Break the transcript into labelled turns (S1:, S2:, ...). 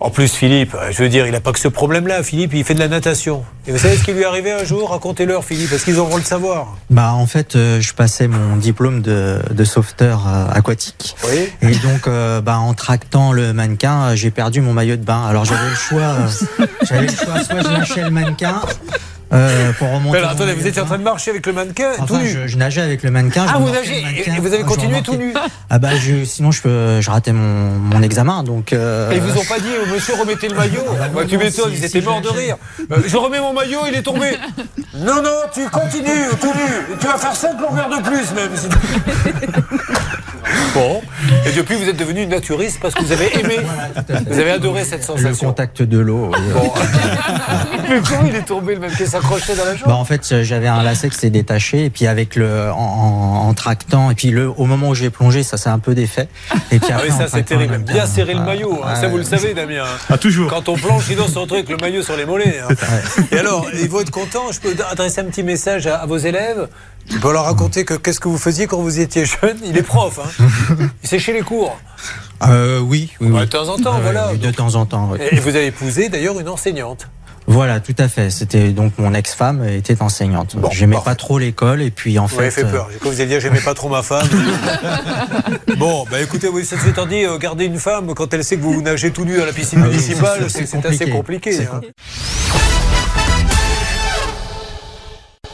S1: En plus, Philippe, euh, je veux dire, il n'a pas que ce problème-là. Philippe, il fait de la natation. Et vous savez ce qui lui est arrivé un jour Racontez-leur, Philippe, parce qu'ils auront le savoir.
S2: Bah en fait, euh, je passais mon diplôme de, de sauveteur euh, aquatique.
S1: Oui.
S2: Et donc, euh, bah, en tractant le mannequin, euh, j'ai perdu mon maillot de bain. Alors j'avais le choix, euh, j'avais le choix, soit je lâchais le mannequin euh, pour remonter.
S1: Alors,
S2: mon
S1: attendez,
S2: maillot
S1: vous
S2: de
S1: étiez en
S2: bain.
S1: train de marcher avec le mannequin tout
S2: Enfin,
S1: nu.
S2: je, je nageais avec le mannequin. je
S1: Ah, vous
S2: remarquais
S1: nagez
S2: le
S1: et-
S2: mannequin,
S1: et vous avez
S2: je
S1: continué
S2: remarquais-
S1: tout nu.
S2: Ah bah je, sinon je peux, je ratais mon, mon examen donc. euh,
S1: Et ils vous ont pas dit, euh, monsieur, remettez le maillot.
S2: Ah bah
S1: Bah,
S2: non,
S1: tu
S2: non,
S1: m'étonnes,
S2: si-
S1: ils
S2: si
S1: étaient
S2: je
S1: morts de
S2: l'achète.
S1: rire. Euh, Je remets mon maillot, il est tombé. Non, non, tu continues, tout nu. Tu vas faire 5 longueurs de plus, même. Bon. Et depuis, vous êtes devenu naturiste parce que vous avez aimé.
S2: tout à fait.
S1: Vous avez adoré cette
S2: le
S1: sensation.
S2: contact de l'eau. oui, euh.
S1: Mais comment il est tombé, le même qui s'accrochait dans la jambe
S2: Bah, en fait, euh, j'avais un lacet qui s'est détaché, et puis avec le, en, en- en tractant, et puis le, au moment où j'ai plongé, ça s'est un peu défait. Et puis
S1: Ah
S2: après,
S1: oui, ça
S2: en
S1: c'est
S2: tractant,
S1: terrible.
S2: en même
S1: Bien
S2: temps,
S1: serrer le
S2: voilà.
S1: maillot, hein,
S2: Ouais,
S1: ça vous le
S2: ouais.
S1: savez Damien. hein.
S3: Ah, toujours.
S1: Quand on planche, il danse son truc, le maillot sur les mollets. hein. Et alors, ils vont être contents, je peux adresser un petit message à, à vos élèves. Je peux leur raconter que qu'est-ce que vous faisiez quand vous étiez jeune. Il est prof, hein. il séchait les cours.
S2: Euh, oui, oui, oui.
S1: Ouais, de temps en temps,
S2: Ouais,
S1: voilà.
S2: oui, De temps en temps, oui.
S1: Et vous avez épousé d'ailleurs une enseignante.
S2: Voilà, tout à fait. C'était donc mon ex-femme était enseignante.
S1: Bon,
S2: J'aimais
S1: parfait.
S2: pas trop l'école, et puis en
S1: Vous m'avez
S2: fait.
S1: fait peur. J'ai cru que vous allez dire j'aimais pas trop ma femme. bon, bah écoutez, oui, ceci étant dit, euh, garder une femme quand elle sait que vous nagez tout nu à la piscine
S2: Ah oui,
S1: municipale,
S2: c'est
S1: c'est
S2: sûr,
S1: c'est assez compliqué.
S2: C'est
S1: hein.
S2: compliqué.